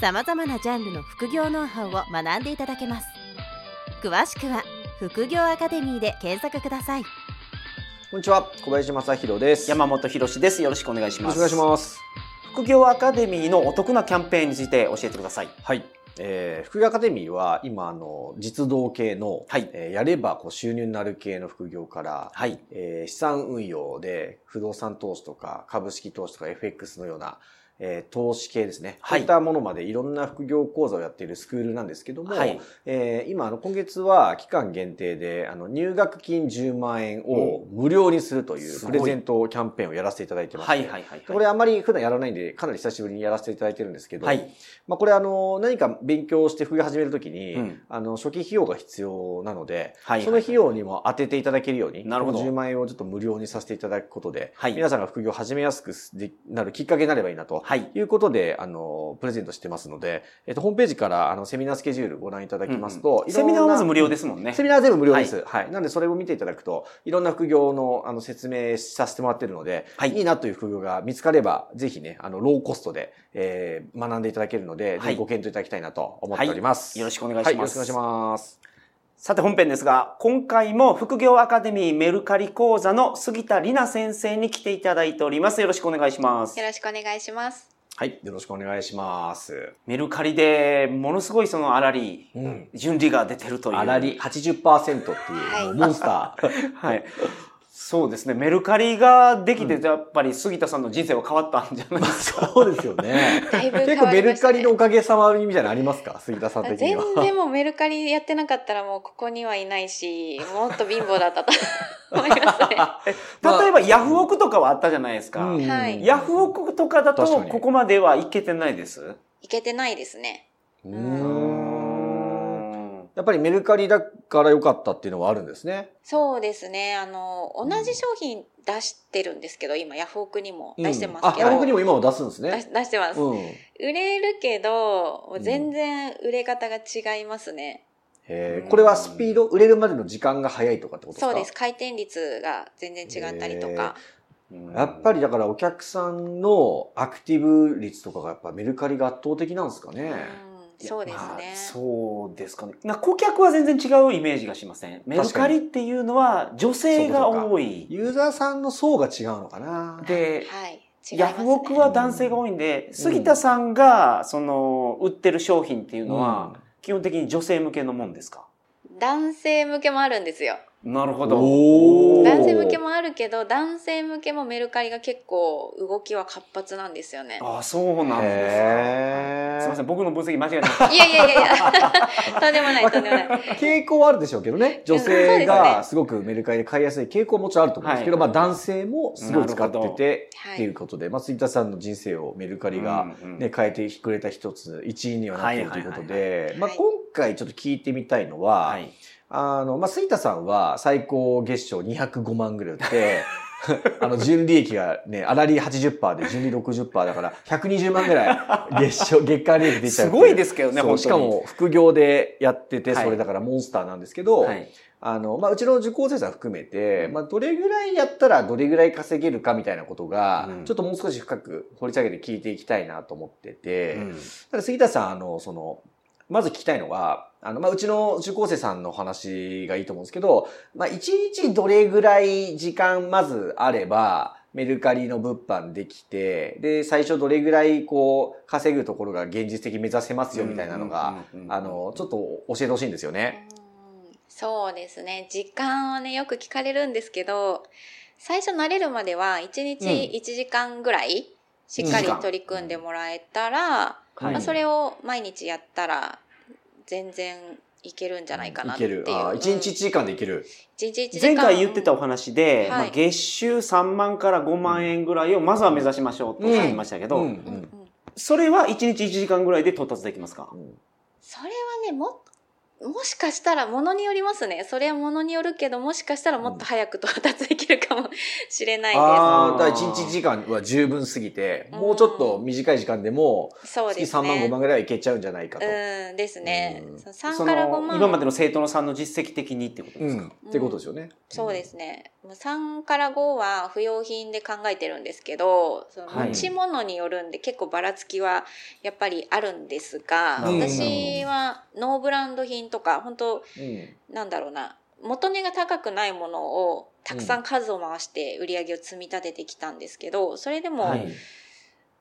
さまざまなジャンルの副業ノウハウを学んでいただけます詳しくは「副業アカデミー」で検索くださいこんにちは、小林正弘です。山本博史です。よろしくお願いしよまろしす。くお願いします。副業アカデミーのお得なキャンペーンについて教えてください。はい。えー、副業アカデミーは今あの実動系の、はいえーやればこう収入になる系の副業から、はい。えー資産運用で不動産投資とか株式投資とか FX のような、えー投資系ですね、はそういいったものまでいろんな副業講座をやっているスクールなんですけども、はい。えー今あの今月は期間限定であの入学金10万円を無料にするというすごプいレゼントキャンペーンをやらせていただいてます、はい。はい。はい。これあまり普段やらないんで、かなり久しぶりにやらせていただいてるんですけど、はい。まあこれあの、何か勉強して副業始めるときに、うんあの、初期費用が必要なので、はいその費用にも当てていただけるように、なるほどこの10万円をちょっと無料にさせていただくことで、はい皆さんが副業を始めやすくでなるきっかけになればいいなと。はい。いうことで、あの、プレゼントしてますので、えっと、ホームページから、あの、セミナースケジュールご覧いただきますと、いろセんなミナーはまず無料ですもんねセ。ミナーは全部無料です。はい。なんで、それを見ていただくと、いろんな副業の、あの、説明させてもらってるので、はいい、いなという副業が見つかれば、ぜひね、あの、ローコストで、えー、学んでいただけるので、いぜひご検討いただきたいなと思っております。よろしくくお願おいします。はい、よろしくお願いします。さて本編ですが、今回も副業アカデミーメルカリ講座の杉田里奈先生に来ていただいております。よろしくお願いしますよ。ろしくお願いし ます。はい、よろしくお願いします。メルカリでものすごいそのあらり、うん。順利が出てるという。あらり80%ってはいう、いもうモンスター。はい。そうですね。メルカリができて、やっぱり杉田さんの人生は変わったんじゃないですか。そうですよね。 だいぶ結変構わメりまルしカたねリのおかげさまみたいなのありますか杉田さん的に全は。然もうメルカリやってなかったらもうここにはいないし、もっと貧乏だったと 思 いますね。まあ例えばヤフオクとかはあったじゃないですか。はいヤフオクとかだと確かにここまではいけてないです。いけてないですね。ううーん。んやっぱりメルカリだから良かったっていうのはあるんですね。そうですね。あの、同じ商品出してるんですけど、今ヤフオクにも出してますけうんあ、ヤど。フオクにも今も出すんです出ねし。出してます、うん。へ売れるけど、もう全然売れ方が違いますね。えこれはスピード、売れるまでの時間が早いとかってことですかそうです。。回転率が全然違ったりとか。やっぱりだからお客さんのアクティブ率とかがやっぱメルカリが圧倒的なんですかね。うんそうですまあね。そうですかね。な顧客は全然違うイメージがしません。メルカリっていうのは女性が多い。ユーザーさんの層が違うのかな。で、はい。違いまヤすね。フオクは男性が多いんで、杉田さんがその売ってる商品っていうのは、基本的に女性向けのもんですか。男性向けもあるんですよなるほどおー男性向けもあるけど男性向けもメルカリが結構動きは活発なんですよねあ、そううんなんですか。へすみません、僕の分析間違えてました。いやいやいやい やとんでもないとんでもないえ。傾向はあるでしょうけどね。女性がすごくメルカリで買いやすい傾向はもちろんあると思うんですけど、まはいあ男性もすごい使っててはいっていうことで、まあ杉田さんの人生をメルカリがうんうんね、変えてくれた一つ、一因にはなっているということはいで、まあはい今回ちょっと聞いてみたいのは、はい、あの、まあ杉田さんは最高月賞205万ぐらい売 って、あの、純利益がね、粗利80%で純利60%だから、120万ぐらい月 賞、月間利益出ちゃうすってう。ごいですけどね、そ本当うにしか、も副業でやってて、はいそれだからモンスターなんですけど、はい、あの、まあ、うちの受講生さん含めてう、んまあ、どれぐらいやったらどれぐらい稼げるかみたいなことが、うんちょっともう少し深く掘り下げて聞いていきたいなと思ってて、うだかんら杉田さん、あの、その、まず聞きたいのは、あの、まあ、うちの受講生さんの話がいいと思うんですけど、まあ、一日どれぐらい時間まずあれば、メルカリの物販できて、で、最初どれぐらいこう、稼ぐところが現実的目指せますよみたいなのが、、うんうんうんあの、ちょっと教えてほしいんですよね。うんそうですね時間はねよく聞かれるんですけど最初慣れるまでは1う日ん1時間ぐらいしっかり取り組んでもらえたら、はいまあ、それを毎日やったら全然いけるんじゃないかなっていうける。あー一日1時間でいける。一日一時間前回言ってたお話で、うんまはあ、い月収3万から5万円ぐらいをまずは目指しましょうとおっしゃってましたけど、うんうんうんそれは1日1時間ぐらいで到達できますかうんそれはね、も、もしかしたらものによりますね。それはものによるけど、もしかしたらもっと早く到達できるかもしれないでああ、だから1日時間は十分過ぎて、うんもうちょっと短い時間でも、す。そう月です3ね。万5万ぐらいいけちゃうんじゃないかと。うん、ですねうん。そうそ3のから5万。今までの生徒のさんの実績的にってことうですん。か、ってことですよね。そうですね。もう3から5は不用品で考えてるんですけど、そのはい持ち物によるんで結構ばらつきはやっぱりあるんですが、うん私はノーブランド品とか、本う当ん。なんだろうな、元値が高くないものをたくさん数を回して売り上げを積み立ててきたんですけど、それでも、はい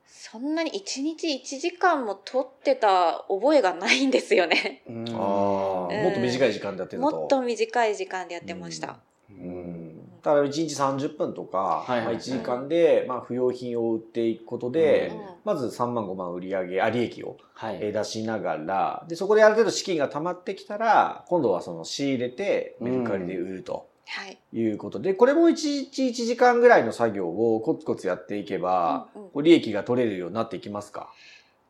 そんなに1日1時間も取ってた覚えがないんですよね。うんああ、もっと短い時間でやってたと。もっと短い時間でやってました。うんだから1日30分とか、はいまあ、1時間で、まあ、不用品を売っていくことで、うんまず3万5万売り上げ、あ利益をはえーい、出しながら、で、そこである程度資金が溜まってきたら、今度はその仕入れてメルカリで売るとはい。いうことで、これも1日1時間ぐらいの作業をコツコツやっていけば、うんうんこう利益が取れるようになっていきますか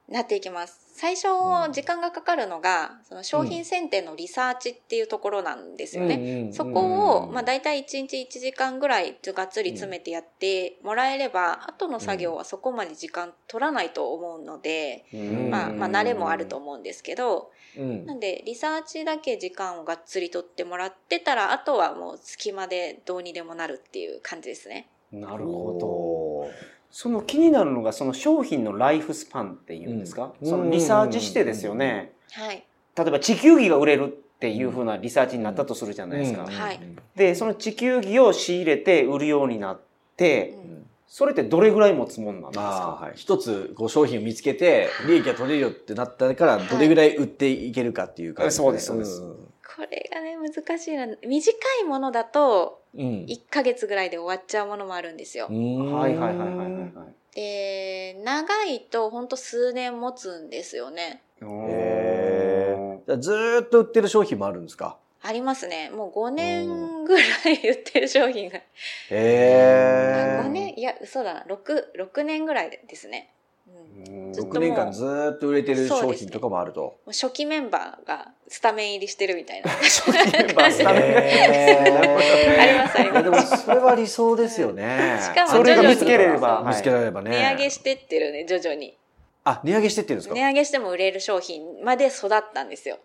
なっていきます。最初うん時間がかかるのが、その商品選定のリサーチっていうところなんですよね。そこを、まあ、だい大体1日1時間ぐらいがっつり詰めてやってもらえれば、後の作業はそこまで時間取らないと思うので、うんまあ、まあ、慣れもあると思うんですけど、うんなんで、リサーチだけ時間をがっつり取ってもらってたら、あとはもう隙間でどうにでもなるっていう感じですね。ななるほどその気になるのがその商品のライフスパンっていうんですか、うんそのリサーチしてですよね、はい。例えば地球儀が売れるっていうふうなリサーチになったとするじゃないですか、うんはいでその地球儀を仕入れて売るようになって、うんうんそれってどれぐらい持つもんなんですああ、かはい。一つ、こう、商品を見つけて、利益が取れるよってなったから、どれぐらい売っていけるかっていうか、そうですそうですこれがね、難しいな。短いものだと、うん。 1ヶ月ぐらいで終わっちゃうものもあるんですよ。うんはいはいはいはいはいはいで、長いとほんと数年持つんですよね。へおーだからずーっと売ってる商品もあるんですかありますね。もう5年ぐらい売ってる商品が。へえ。 5年いや、嘘だな。6、6年ぐらいですね。うん、もうんずっと6年間ずーっと売れてる商品とかもあると。う初期メンバーがスタメン入りしてるみたい な。メンバースタメンへーありますありいますやでも、それは理想ですよね。 しかもそれが見つけれ徐々ば。に見つけられればね。値上げしてってるね、徐々に。あ、値上げしてってるんですか値上げしても売れる商品まで育ったんですよ。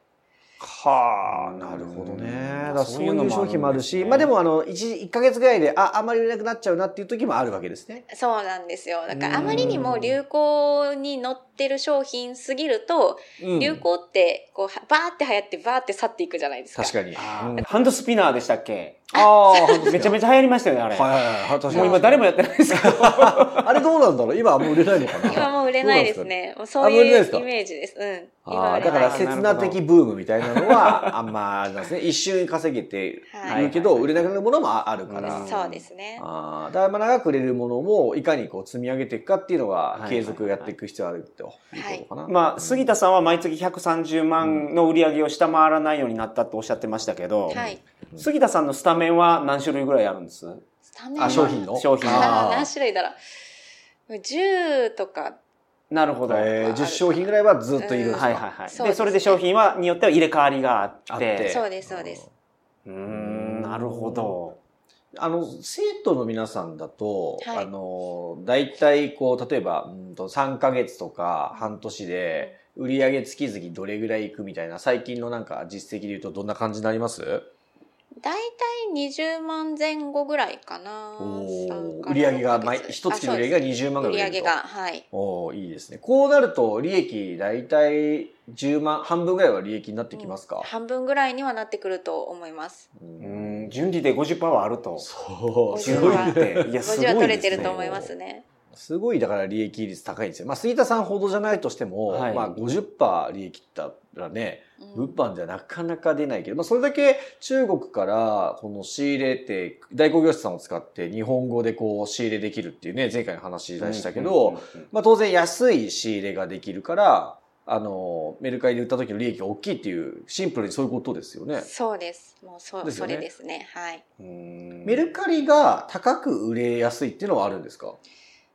はあ、なるほどね。うんだからそういう商品もあるそうし、いうのもあるんですねまあでもあの、1、一ヶ月ぐらいで、あ、あんまり売れなくなっちゃうなっていう時もあるわけですね。そうなんですよ。だかうんらあまりにも流行に乗ってる商品すぎると、うん流行ってこうはバーって流行ってバーって去っていくじゃないですか。確かに。あうんーハンドスピナーでしたっけ ああ、めちゃめちちゃ流行りましたよねあれ、はいはいはい。確かにもう今誰もやってないですけど あれどうなんだろう今はもう売れないのか な今もう売れないです。ね。もうそうあもう売れないでいすかうイメージです。うん。どうなん今売ですかねああ、だかれないらです刹那的ブームみたいなの は、あんまあれなんですね。一瞬稼げてはいるけど、売れなくなるものもあるかならうん。そうですね。ああ、だからまあ長く売れるものも、いかにこう積み上げていくかっていうのは、継続やっていく必要あるということかな。まあ杉田さんは毎月130万の売り上げを下回らないようになったっておっしゃってましたけど、はい。うん杉田さんのスタメンは何種類ぐらいあるんですスタメンあ、商 品の商品ああーー何種類だろう。10とか、なるほど、えー、10商品ぐらいはずっといるんですか、はいはいはい。そそうですねでそれで商品はによっては入れ替わりがあって。あってそうですそうですうーんなるほど。あの生徒の皆さんだと、はあいの大体こう例えばうんと3ヶ月とか半年で売り上げ月々どれぐらいいくみたいな最近のなんか実績で言うとどんな感じになりますだいたい20万前後ぐらいかな。おー三から売り上げが毎六ヶ月一月の売り上げが20万あそぐうです売りらいい上るげとが、はい。おーいいですねこうなると利益大体10万半分ぐらいは利益になってきますか、半分ぐらいにはなってくると思います。ううんーん、順利で50%はあると。そうすすごごいいねねいや、すごいで50すはね。取れてると思いますね。すごいだから利益率高いんですよ。まあ杉田さんほどじゃないとしても、はいまあ50%利益だったらね、うん物販じゃなかなか出ないけど、まあそれだけ中国からこの仕入れて、代行業者さんを使って日本語でこう仕入れできるっていうね、前回の話でしたけど、うんうんうんまあ当然安い仕入れができるから、あの、メルカリで売った時の利益が大きいっていう、シンプルにそういうことですよね。そうです。もうそ,、ですよそねれですね。はい。うんメルカリが高く売れやすいっていうのはあるんですか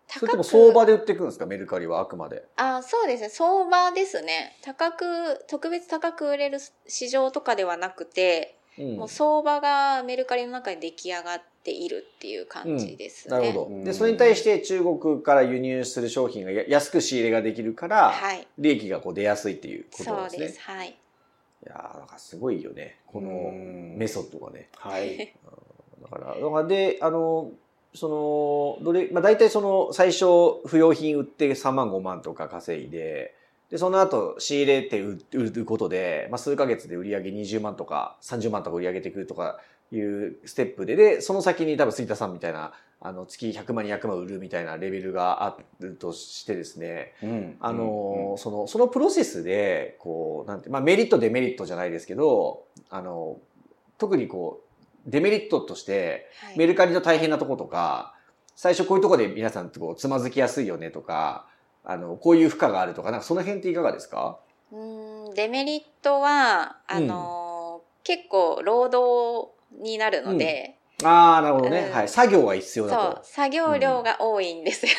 それとも相場で売っていくんですかメルカリはあくまで。あそうですね相場ですね高く特別高く売れる市場とかではなくて、うんもう相場がメルカリの中に出来上がっているっていう感じですね、なるほうど。んで、それに対して中国から輸入する商品がや安く仕入れができるから、はい利益がこう出やすいっていうことそなんでうすね。ですはいいやーなんかすごいよね。このメソッドがね。はい。だから、だからで、あの、その、どれ、まあ大体その最初不要品売って3万5万とか稼いで、で、その後仕入れて売売ることで、まあ数ヶ月で売り上げ20万とか30万とか売り上げてくるとかいうステップで、で、その先に多分杉田さんみたいな、あの、月100万200万売るみたいなレベルがあるとしてですね、うんあの、その、そのプロセスで、こう、なんて、まあメリットデメリットじゃないですけど、あの、特にこう、デメリットとして、はいメルカリの大変なとことか、最初こういうとこで皆さんこうつまずきやすいよねとか、あの、こういう負荷があるとか、なんかその辺っていかがですかうーんデメリットはあのー、結構労働になるので、ああ、なるほどね。うんはい。作業が必要そだう作業量が多いんですよ、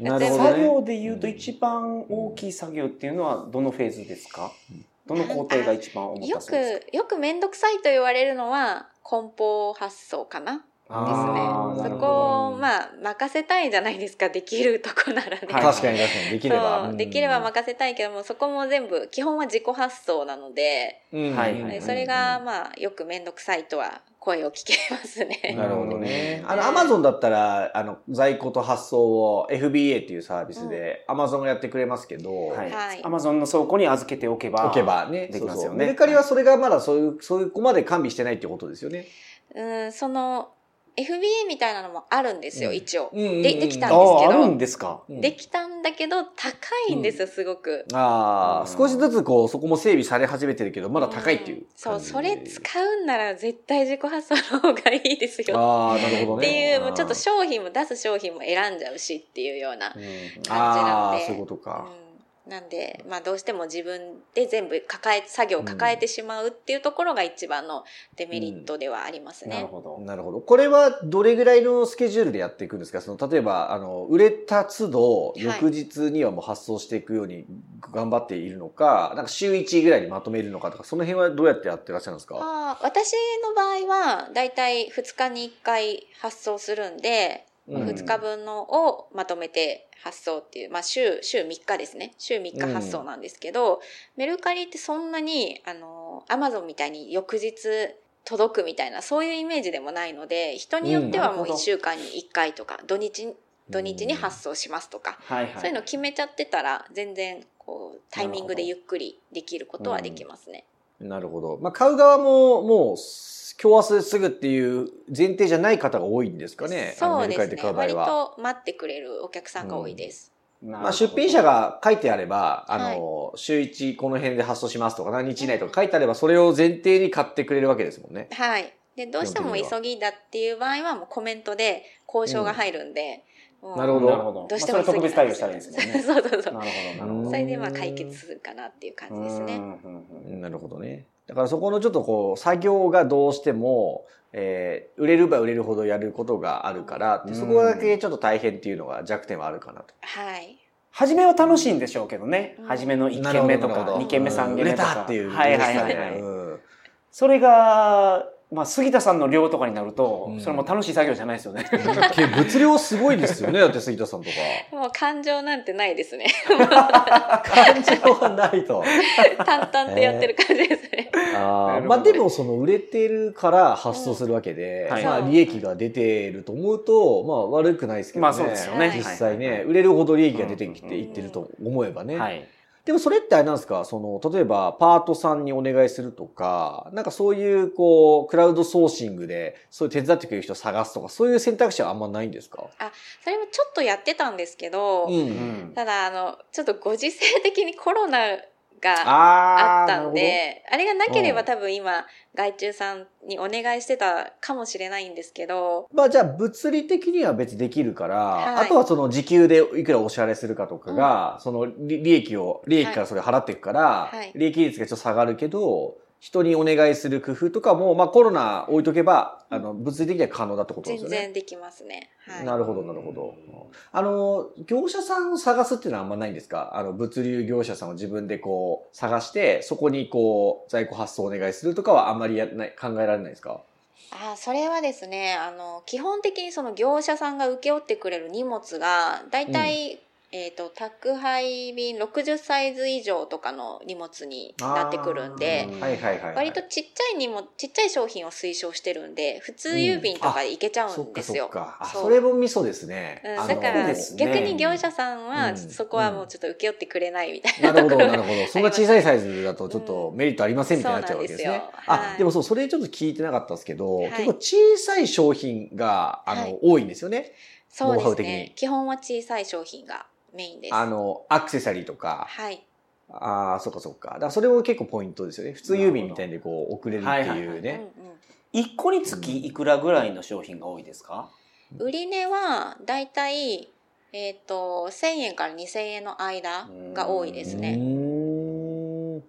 と。なるほど作ね。業で言うと一番大きい作業っていうのはどのフェーズですかうん？どの工程が一番重よたそうですくよく面倒くさいと言われるのは梱包発送かなあーーそなるほどこをまあ任せたいじゃないですかできるとこならね、はい確かに確かに。できれば。そううんできれば任せたいけどもそこも全部基本は自己発送なので、うんはいはいでそれがまあよく面倒くさいとは声を聞けますね。なるほどね。あの、うんアマゾンだったら、あの、在庫と発送を FBA っていうサービスで、アマゾンがやってくれますけど、か。は。はいいアマゾンの倉庫に預けておけば。置け。ばね、できますよねそうそうメルカリはそれがまだそういう、そういうこまで完備してないってことですよね。うんその FBA みたいなのもあるんですよ、うん一応。ででできたあんですけあー、どあるんですか。できたんだけど高いんですよすごく。。ああ、うん少しずつこう、そこも整備され始めてるけど、まだ高いっていうんそうそれ使う。うんなら絶対自己発想の方がいいですよああ、なるほどっね。ていうもうちょっとあ商品も出す商品も選んじゃうしっていうようなうん感じなのあでー、そういうことか。うん、なんで、まあ、どうしても自分で全部抱え作業を抱えてしまうっていうところが一番のデメリットではありますなるね。ほど。なるほど。これはどれぐらいのスケジュールでやっていくんですかその、例えば、あの、売れた都度、い翌日にはもう発送していくように頑張っているのか、なんか週1ぐらいにまとめるのかとか、その辺はどうやってやってらっしゃるんですかまあ私の場合はだいたい2日に1回発送するんで、うん2日分のをまとめて発送っていう、まあ、週週3日ですね週3日発送なんですけど、メルカリってそんなにあのアマゾンみたいに翌日届くみたいなそういうイメージでもないので人によってはもううんなるほど1週間に1回とか土日に土日に発送しますとか、はいはい。そういうの決めちゃってたら全然こうタイミングでゆっくりできることはできますね。なるほど。まあ、買う側も、もう、今日明日すぐっていう前提じゃない方が多いんですかね。あのそうメルカリでですね買う場合割は。と待ってくれるお客さんが多いです。なるほどまあ、出品者。が書いてあれば、あの、週1この辺で発送しますとか、何日以内とか書いてあれば、それを前提に買ってくれるわけですもんね。はい。で、どうしても急ぎだっていう場合は、もうコメントで交渉が入るんで、もうなるなほるどほど。どうしてまもあそれ特別対応したらいいですもんね。 そうそうそなるほう。どなるほどそれでまあ解決するかなっていう感じですうね。んうんうんなるほどね。だからそこのちょっとこう、作業がどうしても、えー売れれば売れるほどやることがあるからって、うんそこだけちょっと大変っていうのが弱点はあるかなと。はい。初めは楽しいんでしょうけどねうん。初めの1なるほ軒ど目となるほかど2軒目3うん軒売目れとか。たっていう。はいはいはい嬉しさはでい。うんそれが、まあ、杉田さんの量とかになると、うんそれも楽しい作業じゃないですよ ね。け物量すごいです よね。だって杉田さんとか。もう感情なんてないですね。 感情がない と。淡々とやってる感じですね。あなるほーどまあでもその売れてるから発送するわけで、うんはいまあ利益が出てると思うと、まあ悪くないですけどね。まあそうですよね。はい実際ね、はいはい売れるほど利益が出てきうんうてんいってると思えばね。はい。でもそれってあれなんですかその、例えばパートさんにお願いするとか、なんかそういうこう、クラウドソーシングで、そういう手伝ってくれる人を探すとか、そういう選択肢はあんまないんですかそれもちょっとやってたんですけど、う。うんん。ただあの、ちょっとご時世的にコロナが、ああーったん。で、あれがなけれうばん多分今、外注さんにお願いしてたかもしれないんですけど、まあじゃあ物理的には別できるから、はあいとはその時給でいくらお支払いするかとかが、その利利益を、利益からそれを払っていくから、はい利益率がちょっと下がるけど、人にお願いする工夫とかも、まあコロナ置いとけば、あの、物理的には可能だってことですよ全ね。然できますね。はい。なるほど、なるほど。あの、業者さんを探すっていうのはあんまないんですかあの、物流業者さんを自分でこう、探して、そこにこう、在庫発送お願いするとかはあんまりやない考えられないですかあーそれはですねあの基本的にその業者さんが請け負ってくれる荷物が大体、えー、と宅配便60サイズ以上とかの荷物になってくるんで。あーはいはいはい、はい。割とちっちゃい荷物ちっちゃい商品を推奨してるんで普通郵便とかでいけちゃそうっんかですそよっ。か。あ、そうそれもミソですね。うんあのだから、ですね逆に業者さんうはんそこはもうちょっと請け負ってくれないみたいななるほど、ところなるほど。そんな小さいサイズだとちょっとメリットありませんみたいになっちゃうわけですね。そうなんですよはあ、いでもそう、それちょっと聞いてなかったですけど、はい結構小さい商品が、あの、はい多いんですよね。そうノウハでウす的ねに基本は小さい商品がメインです。あの、アクセサリーとか。はいああ、そっかそっか。だからそれも結構ポイントですよね。普通郵便みたいにこう、遅れるっていううんね。うん1個につきいくらぐらいの商品が多いですか売り値はだいたいえっ、と1000円から2000円の間が多いですうね。ーんい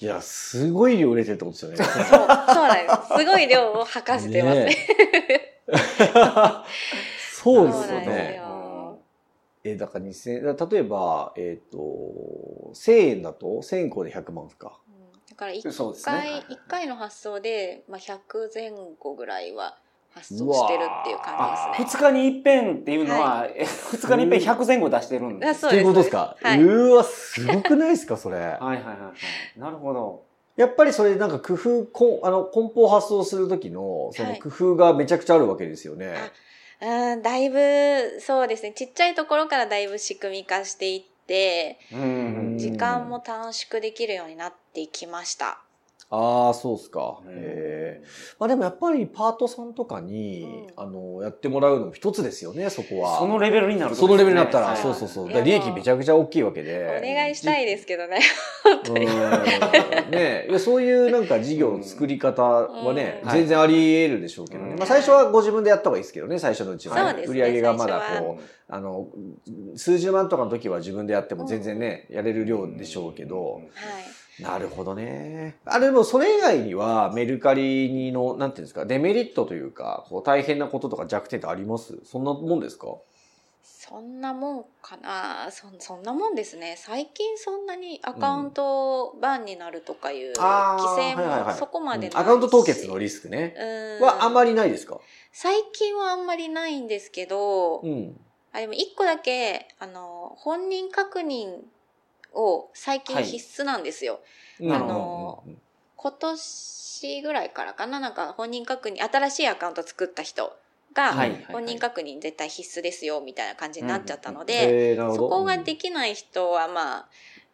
や、すごい量売れてるってことですよね。そう、そうなんです。すごい量を吐かせてますね。 そうですそうよなんですねよ。え、だから2000、だから例えば、えっ、と、1000円だと、1000個で100万か。うんだから一そうです回ね一、回の発送でまあ100前後ぐらいは発送してるっていう感じですね。 2日に一遍っていうのは、 え2日に一遍100前後出してるんであすそっうてでいすうことですか。そうですはいうーわ、すごくないですか、そ れ。はいはいはいはいなるほどやっぱりそれなんか工夫、こんあの、梱包発送する時の、そのはい工夫がめちゃくちゃあるわけですよね。うん、だいぶそうですね。ちっちゃいところからだいぶ仕組み化していって、うん時間も短縮できるようになってきました。ああ、そうっすか。うんへえ。まあでもやっぱりパートさんとかに、うあの、やってもらうのも一つですよね、そこは。そのレベルになるとそのレベルになったら、はいそうそうそう。いだから利益めちゃくちゃ大きいわけで。お願いしたいです けどね。本当うんに。ねいやそういうなんか事業の作り方はね、うん全然あり得るでしょうけどね、うんまあ、最初はご自分でやった方がいいですけどね最初のうちは、そうです売ねり上げがまだ最初こうあの数十万とかの時は自分でやっても全然ね、やれる量でしょうけど、はい。なるほどねあれでもそれ以外にはメルカリにのなんていうんですかデメリットというかこう大変なこととか弱点ってありますそんなもんですかそんなもんかなそんそんなもんですね最近そんなにアカウントバンになるとかいうあー規制はいはいはもいそこまでないし、アカウント凍結のリスクね、うんはあまりないですか、最近はあんまりないんですけど、うん、あでも一個だけあの本人確認を最近はい必須なんですよ、うんあの今年ぐらいからかななんか本人確認新しいアカウント作った人がはいはいはい本人確認絶対必須ですよみたいな感じになっちゃったので、えーなるほそどこができない人はまあ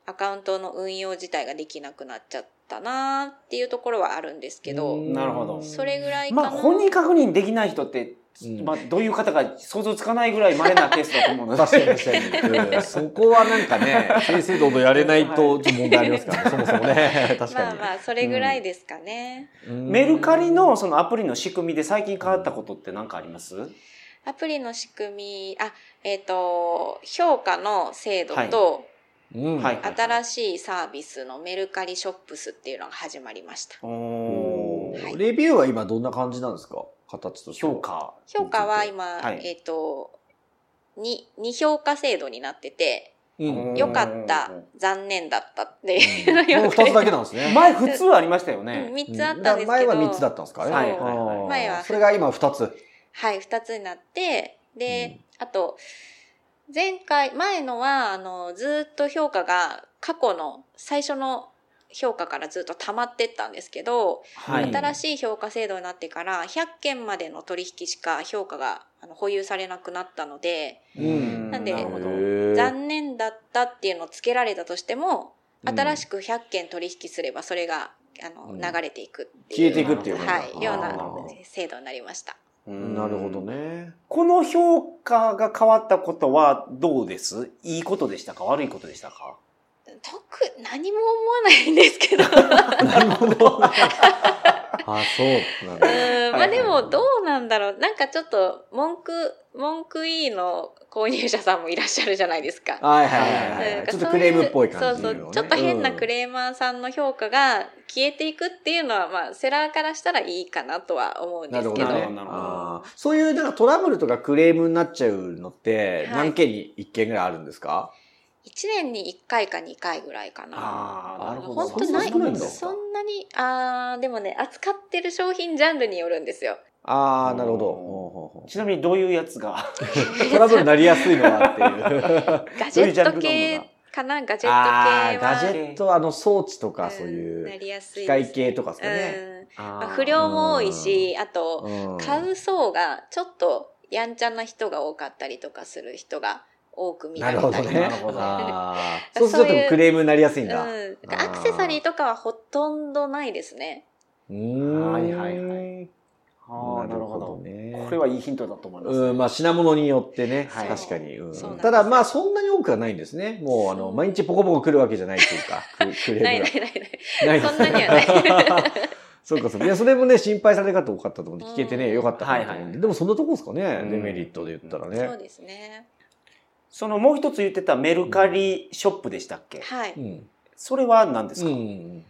アカウントの運用自体ができなくなっちゃったなっていうところはあるんですけうどんなるほどそれぐらいかな、まあ本人確認できない人って、うんまあ、どういう方か想像つかないぐらい稀なケースだと思うので確かに確かにうん そこはなんかね正々堂々やれないとちょっと問題ありますから ねそもそもね確かまあに、まあそれぐらいですかね、うんメルカリのそのアプリの仕組みで最近変わったことって何かあります、アプリの仕組みあえっ、と評価の制度とうんはい新しいサービスのメルカリショップスっていうのが始まりましたおおーーレビューは今どんな感じなんですか形としては評価評価は今、はいえっ、と 2, 2評価制度になっててうん良かった残念だったっていうのもう 二よくつだけなんですね前普通ありましたよね、 3つあったんですけど、前は三つだったんですかねはいあー前はそれが今二つはい、2つになって、で、あと、前回、前のは、あの、ずっと評価が過去の最初の評価からずっと溜まってったんですけど、はい新しい評価制度になってから100件までの取引しか評価があの保有されなくなったので、うんなんでなるほどへー残念だったっていうのをつけられたとしても、新しく100件取引すればそれが、あうの、ん流れていくってい消う。えていくっていうねはあーい、ようななるほど制度になりました。うんなるほどねこの評価が変わったことはどうですいいことでしたか悪いことでしたか特何も思わないんで すけどうなるほど あそうなんだんはまあいはいでもどうなんだろうなんかちょっと文句文句いいの購入者さんもいらっしゃるじゃないですか。はいはいはいなはんい。かちょっとそうクレームっぽいそ感うじそのね、う。ちょっと変なクーレーマーさんの評価が消えていくっていうのは、まあ、セラーからしたらいいかなとは思うんなるですほけどど。なるねほどなるほどあーそういうなんかトラブルとかクレームになっちゃうのってはい何件に1件ぐらいあるんですか、 1年に1回か2回ぐらいかな。あーなるほど本当ないそんな少ないんだそんなに、あーでもね、扱ってる商品ジャンルによるんですよ。ああ、なるほどうんほうほうほう。ちなみにどういうやつがトラブルになりやすいのは っていう。ガジどうェットいうジャンルなの系かなガジェットああ系は。ー、ガジェット、あの装置とかそううんいなうりやす機いで械す系とかですかね。うんあまあー不良も多いし、あと、うん買う層がちょっとやんちゃな人が多かったりとかする人が多く見なられるたほりどね。なるほどあーそそういううするとクレームになりやすいんだ。ううん、アクセサリーとかはほとんどないですね。ーん。。はいはいはいあーななるるほほどどね。これはいいヒントだと思います、うん、まあ品物によってね、はい確かに。うんそうなんですただまあそんなに多くはないんですね。もうあその、う毎日ポコポコ来るわけじゃないというか、 ククレームが。ないないないない。ないそんなにはない そうかそうか。いや、それもね、心配される方多かったと思うんで、聞けてね、よかったかなと思うんで、はいはいでもそんなとこですかね、うんデメリットで言ったらそうね。ですね。そのもう一つ言ってたメルカリショップでしたっけ、はい。ん。それは何ですうか、ん。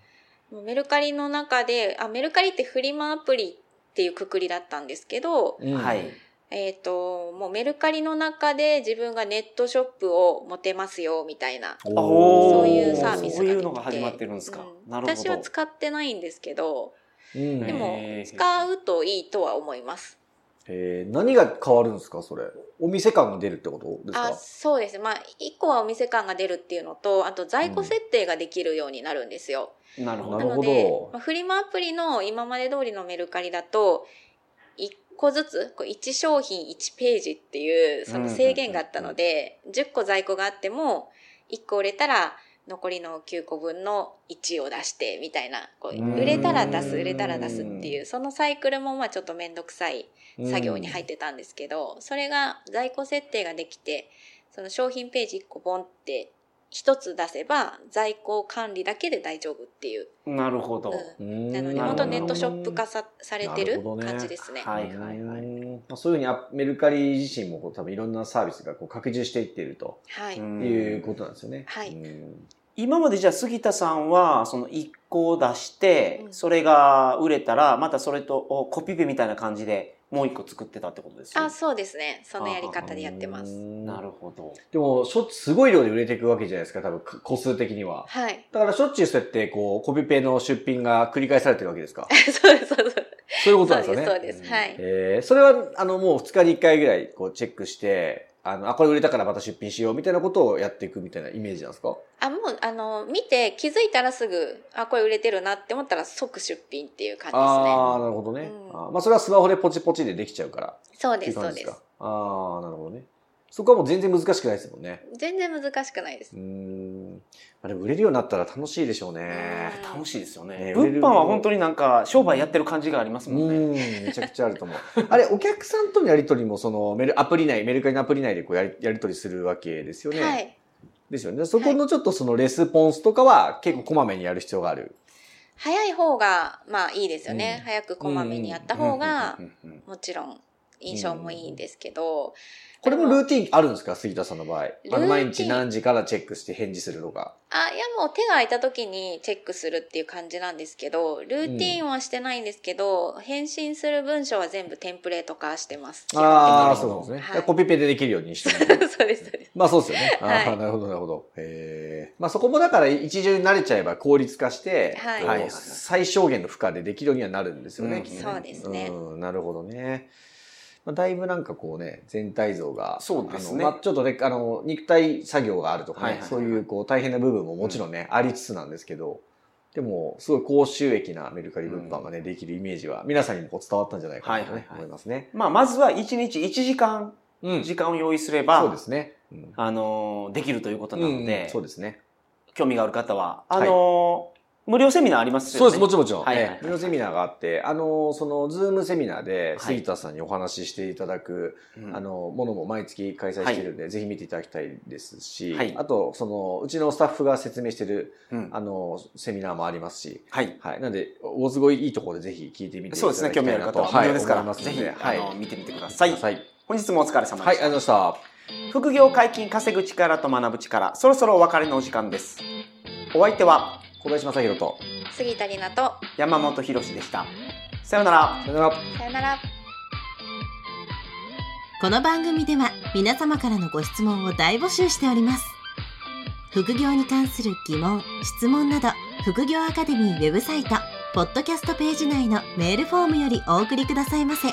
もうメルカリの中で、あ、メルカリってフリマアプリっていうくくりだったんですけど、うんはい。えっ、と、もうメルカリの中で自分がネットショップを持てますよ、みたいな。おーおそういうサービスがそうできていうのが始まってるんですかうんなるほど私は使ってないんですけど、うんでもへー使うといいとは思います。えー何が変わるんですか、それ。お店感が出るってことですあ、かそうですね。まあ、一個はお店感が出るっていうのと、あと在庫設定ができるようになるんですよ。なるほななるどほどので、まあ、フリマアプリの今まで通りのメルカリだと、1個ずつ、こう1商品1ページっていうその制限があったので、10個在庫があっても、1個売れたら残りの9個分の1を出してみたいな、こううん売れたら出す、売れたら出すっていう、そのサイクルもまあちょっとめんどくさい作業に入ってたんですけど、それが在庫設定ができて、その商品ページ1個ボンって1つ出せば在庫管理だけで大丈夫っていう。なるほど、うんうんなので、なるほ本ど当ネットショップ化さされなてるるほどね感じですね。はいはいうんまあそういうふうにあメルカリ自身もこう多分いろんなサービスがこう拡充していっているとはい。うんいうことなんですよね。はいうん今までじゃあ杉田さんはその1個を出してうんそれが売れたらまたそれとおコピペみたいな感じでもう1個作ってたってことですよあ、ね。そうですね。そのやり方でやってまうす。んなるほど。でも、しょっすごい量で売れていくわけじゃないですか、多分、か個数的には。はい。 だからしょっちゅうそうやって、こう、コピペの出品が繰り返されてるわけです か。そうです、そうです。そういうことなんそですようでね。す、そうです。はい。えーそれは、あの、もう2日に1回ぐらい、こう、チェックして、あの、あ、これ売れたからまた出品しようみたいなことをやっていくみたいなイメージなんですかあ、もう、あの、見て気づいたらすぐ、あ、これ売れてるなって思ったら即出品っていう感じああ、でなるほどね。うんあーまあ、それはスマホでポチポチでできちゃうから。すね。そうってでいうす、そ感うじでですすか。。ああ、なるほどね。そこはもう全然難しくないですもんね。全然難しくないですうー。ん。まあ、でも売れるようになったら楽しいでしょうね。うん楽しいですよねね。物販は本当になんか商売やってる感じがありますもんね。うん、めちゃくちゃあると思う。 あれ、お客さんとのやりとりも、その、メル、アプリ内、メルカリのアプリ内でこうやり、やりとりするわけですよね。はい。ですよね。そこのちょっとそのレスポンスとかは、結構こまめにやる必要がある。早い方が、まあいいですよね。うん早くこまめにやった方がう、んうんうんもちろん印象もいいんですけど。これもルーティンあるんですか杉田さんの場合。ィンあの毎日何時からチェックして返事するとか。あ、いやもう手が空いた時にチェックするっていう感じなんですけど、ルーティーンはしてないんですけど、返信する文章は全部テンプレート化してます。ああ、基そうなん本で的すね。にコピペでできるようにしてるはい、 そうです、そうです。まあそうですよね。あ はいあ、なるほど、なるほど。ええまあそこもだから一重に慣れちゃえば効率化して、はいこう最小限の負荷でできるようにはなるんですよね、うんきっとねそうですねうん、なるほどね。まあ、だいぶなんかこうね、全体像が。そうですねあのまあ、ちょっとね、あの、肉体作業があるとかね、はいはいはいそういうこう大変な部分ももちろんね、ありつつなんですけど、でも、すごい高収益なメルカリ物販がね、できるイメージは、皆さんにもこう伝わったんじゃないかなとね、はいはいはい思いますね。まあまずは1日1時間うん。時間を用意すそれうでば、すね。うんあのーできるということなのうんでそう、ですね。興味がある方はあのー無料セミナーありますよね。そうです、もちろんもちろん。はいはいはいええ無料セミナーがあって、あの、その、ズームセミナーで、い杉田さんにお話ししていただく、うんあの、ものも毎月開催しているので、ぜひ見ていただきたいですし、はいあと、その、うちのスタッフが説明している、うんあの、セミナーもありますし、はい。はい。なので、大すごいいいところでぜひ聞いてみていたそだきうですたね、い興味あるな方とは無料いですから、思いますぜのひ、はい。あの見てみてください。はい。本日もお疲れ様はでい、しありがとうございた。ました。副業解禁、稼ぐ力と学ぶ力、そろそろお別れのお時間です。お相手は小林正宏と。杉田里奈と山本博史でした。さようなら。さよなら。さよならこの番組では皆様からのご質問を大募集しております。副業に関する疑問、質問など、副業アカデミーウェブサイト、ポッドキャストページ内のメールフォームよりお送りくださいませ。